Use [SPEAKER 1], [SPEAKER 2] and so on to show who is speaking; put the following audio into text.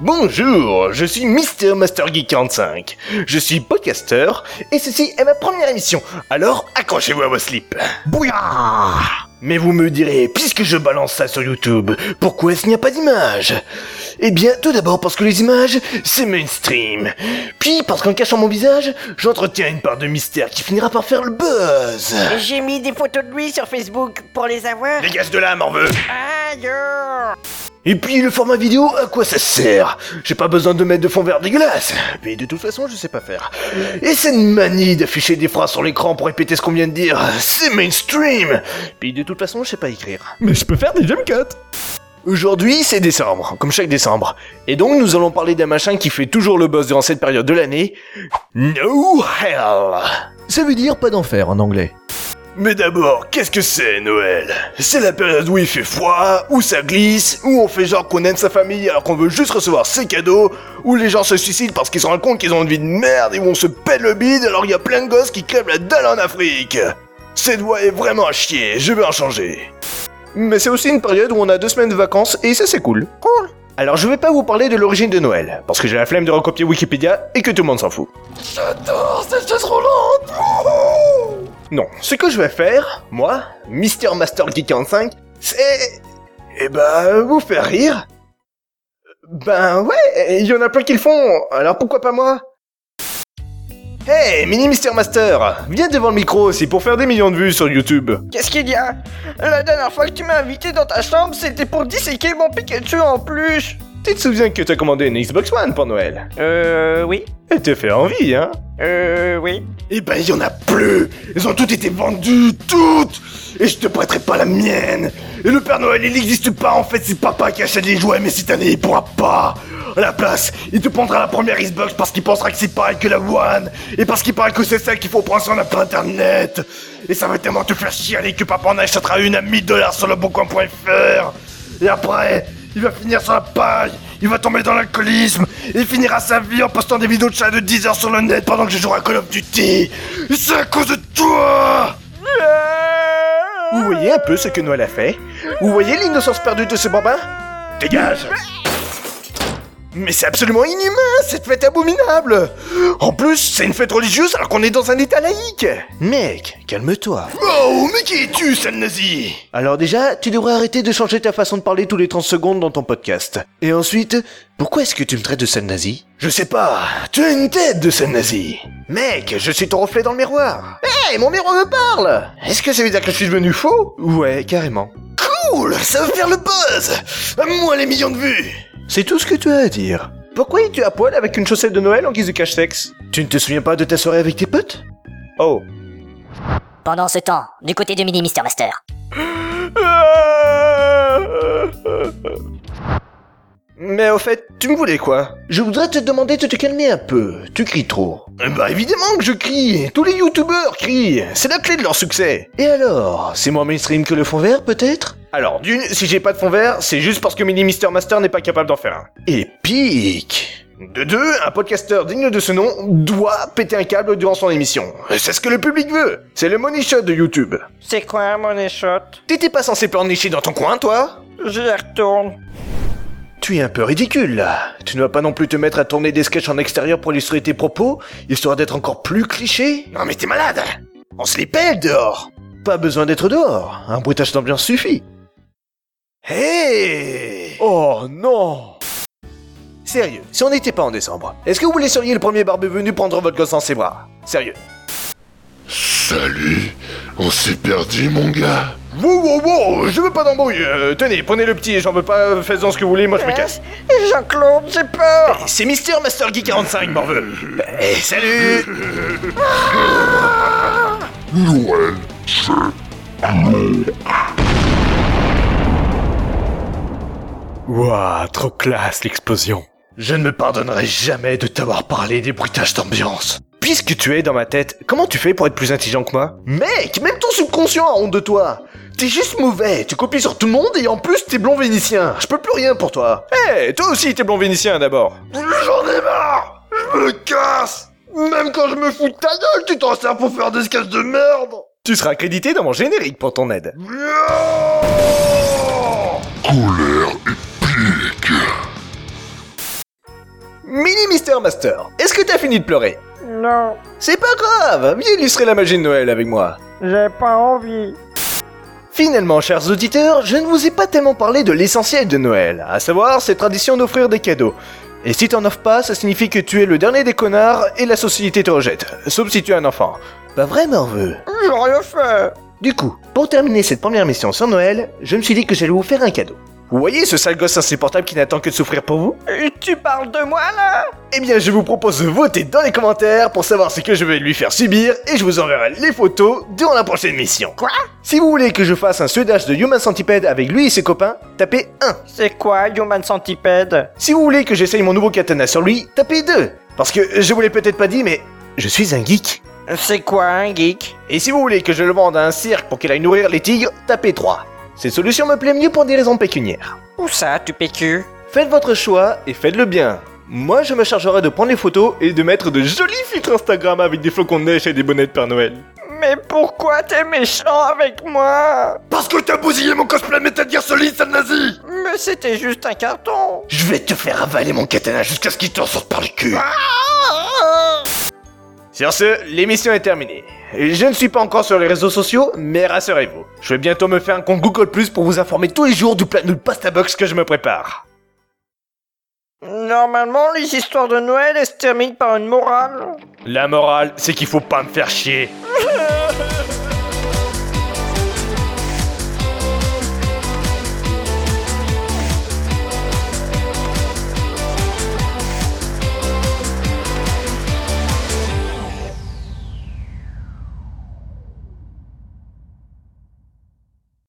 [SPEAKER 1] Bonjour, je suis Mister Master Geek 45. Je suis podcasteur et ceci est ma première émission. Alors accrochez-vous à vos slips. Bouillard Mais vous me direz, puisque je balance ça sur YouTube, pourquoi est-ce qu'il n'y a pas d'image Eh bien, tout d'abord parce que les images, c'est mainstream. Puis parce qu'en cachant mon visage, j'entretiens une part de mystère qui finira par faire le buzz.
[SPEAKER 2] J'ai mis des photos de lui sur Facebook pour les avoir.
[SPEAKER 1] Dégage de là, morveux
[SPEAKER 2] Aïe oh.
[SPEAKER 1] Et puis le format vidéo, à quoi ça sert J'ai pas besoin de mettre de fond vert dégueulasse Mais de toute façon, je sais pas faire. Et cette manie d'afficher des phrases sur l'écran pour répéter ce qu'on vient de dire, c'est mainstream Puis de toute façon, je sais pas écrire.
[SPEAKER 3] Mais je peux faire des jump cuts
[SPEAKER 1] Aujourd'hui, c'est décembre, comme chaque décembre. Et donc, nous allons parler d'un machin qui fait toujours le boss durant cette période de l'année. No Hell
[SPEAKER 3] Ça veut dire pas d'enfer en anglais.
[SPEAKER 1] Mais d'abord, qu'est-ce que c'est Noël C'est la période où il fait froid, où ça glisse, où on fait genre qu'on aime sa famille alors qu'on veut juste recevoir ses cadeaux, où les gens se suicident parce qu'ils se rendent compte qu'ils ont une vie de merde et où on se pète le bide alors il y a plein de gosses qui crèvent la dalle en Afrique. Cette voix est vraiment à chier, je vais en changer. Mais c'est aussi une période où on a deux semaines de vacances et ça c'est cool. Cool. Alors je vais pas vous parler de l'origine de Noël, parce que j'ai la flemme de recopier Wikipédia et que tout le monde s'en fout. J'adore cette chaise roulante non, ce que je vais faire, moi, Mister Master Geek 45, c'est... Eh ben, vous faire rire Ben ouais, il y en a plein qui le font, alors pourquoi pas moi Hey, Mini Mister Master Viens devant le micro, c'est pour faire des millions de vues sur YouTube
[SPEAKER 2] Qu'est-ce qu'il y a La dernière fois que tu m'as invité dans ta chambre, c'était pour disséquer mon Pikachu en plus
[SPEAKER 1] Tu te souviens que t'as commandé une Xbox One pour Noël
[SPEAKER 2] Euh, oui.
[SPEAKER 1] Elle te fait envie, hein
[SPEAKER 2] Euh, oui.
[SPEAKER 1] Eh ben, il y en a plus Elles ont toutes été vendues, toutes Et je te prêterai pas la mienne Et le Père Noël, il n'existe pas, en fait, c'est papa qui achète les jouets, mais cette année, il pourra pas À la place, il te prendra la première Xbox parce qu'il pensera que c'est pareil que la One, et parce qu'il paraît que c'est celle qu'il faut prendre sur on n'a pas Internet Et ça va tellement te faire chialer que papa en achètera une à 1000 dollars sur le boncoin.fr Et après, il va finir sur la paille il va tomber dans l'alcoolisme et finira sa vie en postant des vidéos de chat de 10 heures sur le net pendant que je joue à Call of Duty. Et C'est à cause de toi
[SPEAKER 2] Euh.
[SPEAKER 1] Vous voyez un peu ce que Noël a fait Vous voyez l'innocence perdue de ce bambin Dégage mais c'est absolument inhumain, cette fête abominable En plus, c'est une fête religieuse alors qu'on est dans un état laïque Mec, calme-toi. Oh, mais qui es-tu, sale nazi Alors déjà, tu devrais arrêter de changer ta façon de parler tous les 30 secondes dans ton podcast. Et ensuite, pourquoi est-ce que tu me traites de sale nazi Je sais pas, tu as une tête de sale nazi Mec, je suis ton reflet dans le miroir Hé, mon miroir me parle Est-ce que ça veut dire que je suis devenu faux Ouais, carrément. Cool Ça veut faire le buzz À moi les millions de vues C'est tout ce que tu as à dire. Pourquoi es-tu à poil avec une chaussette de Noël en guise de cache-sexe Tu ne te souviens pas de ta soirée avec tes potes Oh.
[SPEAKER 4] Pendant ce temps, du côté de Mini Mister Master.
[SPEAKER 1] Mais au fait, tu me voulais quoi Je voudrais te demander de te calmer un peu. Tu cries trop. Bah évidemment que je crie. Tous les youtubeurs crient. C'est la clé de leur succès. Et alors C'est moins mainstream que le fond vert peut-être Alors d'une, si j'ai pas de fond vert, c'est juste parce que Mini Mister Master n'est pas capable d'en faire un. Épique de deux, un podcasteur digne de ce nom doit péter un câble durant son émission. C'est ce que le public veut. C'est le money shot de YouTube.
[SPEAKER 2] C'est quoi mon échotte
[SPEAKER 1] T'étais pas censé pleurnicher dans ton coin, toi
[SPEAKER 2] J'y retourne.
[SPEAKER 1] tu es un peu ridicule là. Tu ne vas pas non plus te mettre à tourner des sketchs en extérieur pour illustrer tes propos, histoire d'être encore plus cliché Non mais t'es malade hein. On se les pèle dehors Pas besoin d'être dehors, un bruitage d'ambiance suffit. Hé Oh non Sérieux, si on n'était pas en décembre, est-ce que vous laisseriez le premier barbe venu prendre votre gosse dans ses bras Sérieux
[SPEAKER 5] Salut, on s'est perdu mon gars.
[SPEAKER 1] Wow, wow, wow, je veux pas d'embrouille. Euh, tenez, prenez le petit, j'en veux pas, faites-en ce que vous voulez,
[SPEAKER 2] Hein?
[SPEAKER 1] moi je me casse.
[SPEAKER 2] Jean-Claude, j'ai peur
[SPEAKER 1] C'est Mister Master Guy 45, morveux. Eh, salut
[SPEAKER 5] Noël,
[SPEAKER 3] Ouah, trop classe l'explosion.
[SPEAKER 1] Je ne me pardonnerai jamais de t'avoir parlé des bruitages d'ambiance. Puisque tu es dans ma tête, comment tu fais pour être plus intelligent que moi Mec, même ton subconscient a honte de toi T'es juste mauvais, tu copies sur tout le monde et en plus t'es blond vénitien, je peux plus rien pour toi Eh, toi aussi t'es blond vénitien d'abord
[SPEAKER 5] J'en ai marre Je me casse Même quand je me fous de ta gueule, tu t'en sers pour faire des sketchs de merde
[SPEAKER 1] Tu seras crédité dans mon générique pour ton aide
[SPEAKER 5] Colère épique
[SPEAKER 1] Mister Master, est-ce que t'as fini de pleurer
[SPEAKER 2] Non,
[SPEAKER 1] C'est pas grave, viens illustrer la magie de Noël avec moi.
[SPEAKER 2] j'ai pas envie.
[SPEAKER 1] Finalement, chers auditeurs, je ne vous ai pas tellement parlé de l'essentiel de Noël, à savoir cette tradition d'offrir des cadeaux. Et si t'en offres pas, ça signifie que tu es le dernier des connards et la société te rejette, sauf si tu es un enfant. Pas vrai, morveux
[SPEAKER 2] J'ai rien fait.
[SPEAKER 1] Du coup, pour terminer cette première mission sur Noël, je me suis dit que j'allais vous faire un cadeau. Vous voyez ce sale gosse insupportable qui n'attend que de souffrir pour vous
[SPEAKER 2] Et tu parles de moi là
[SPEAKER 1] Eh bien, je vous propose de voter dans les commentaires pour savoir ce que je vais lui faire subir et je vous enverrai les photos durant la prochaine mission.
[SPEAKER 2] Quoi
[SPEAKER 1] Si vous voulez que je fasse un sudage de Human Centipede avec lui et ses copains, tapez 1.
[SPEAKER 2] C'est quoi Human Centipede
[SPEAKER 1] Si vous voulez que j'essaye mon nouveau katana sur lui, tapez 2. Parce que je vous l'ai peut-être pas dit, mais je suis un geek.
[SPEAKER 2] C'est quoi un geek
[SPEAKER 1] Et si vous voulez que je le vende à un cirque pour qu'il aille nourrir les tigres, tapez 3. Cette solution me plaît mieux pour des raisons pécuniaires.
[SPEAKER 2] Où ça, tu PQ
[SPEAKER 1] Faites votre choix et faites-le bien. Moi, je me chargerai de prendre les photos et de mettre de jolis filtres Instagram avec des flocons de neige et des bonnets de Père Noël.
[SPEAKER 2] Mais pourquoi t'es méchant avec moi
[SPEAKER 6] Parce que t'as bousillé mon cosplay Metal Gear Solid, sale nazi
[SPEAKER 2] Mais c'était juste un carton
[SPEAKER 6] Je vais te faire avaler mon katana jusqu'à ce qu'il t'en sorte par le cul. Ah
[SPEAKER 1] Sur ce, l'émission est terminée. Je ne suis pas encore sur les réseaux sociaux, mais rassurez-vous, je vais bientôt me faire un compte Google Plus pour vous informer tous les jours du plan de pasta box que je me prépare.
[SPEAKER 2] Normalement, les histoires de Noël elles se terminent par une morale.
[SPEAKER 1] La morale, c'est qu'il faut pas me faire chier.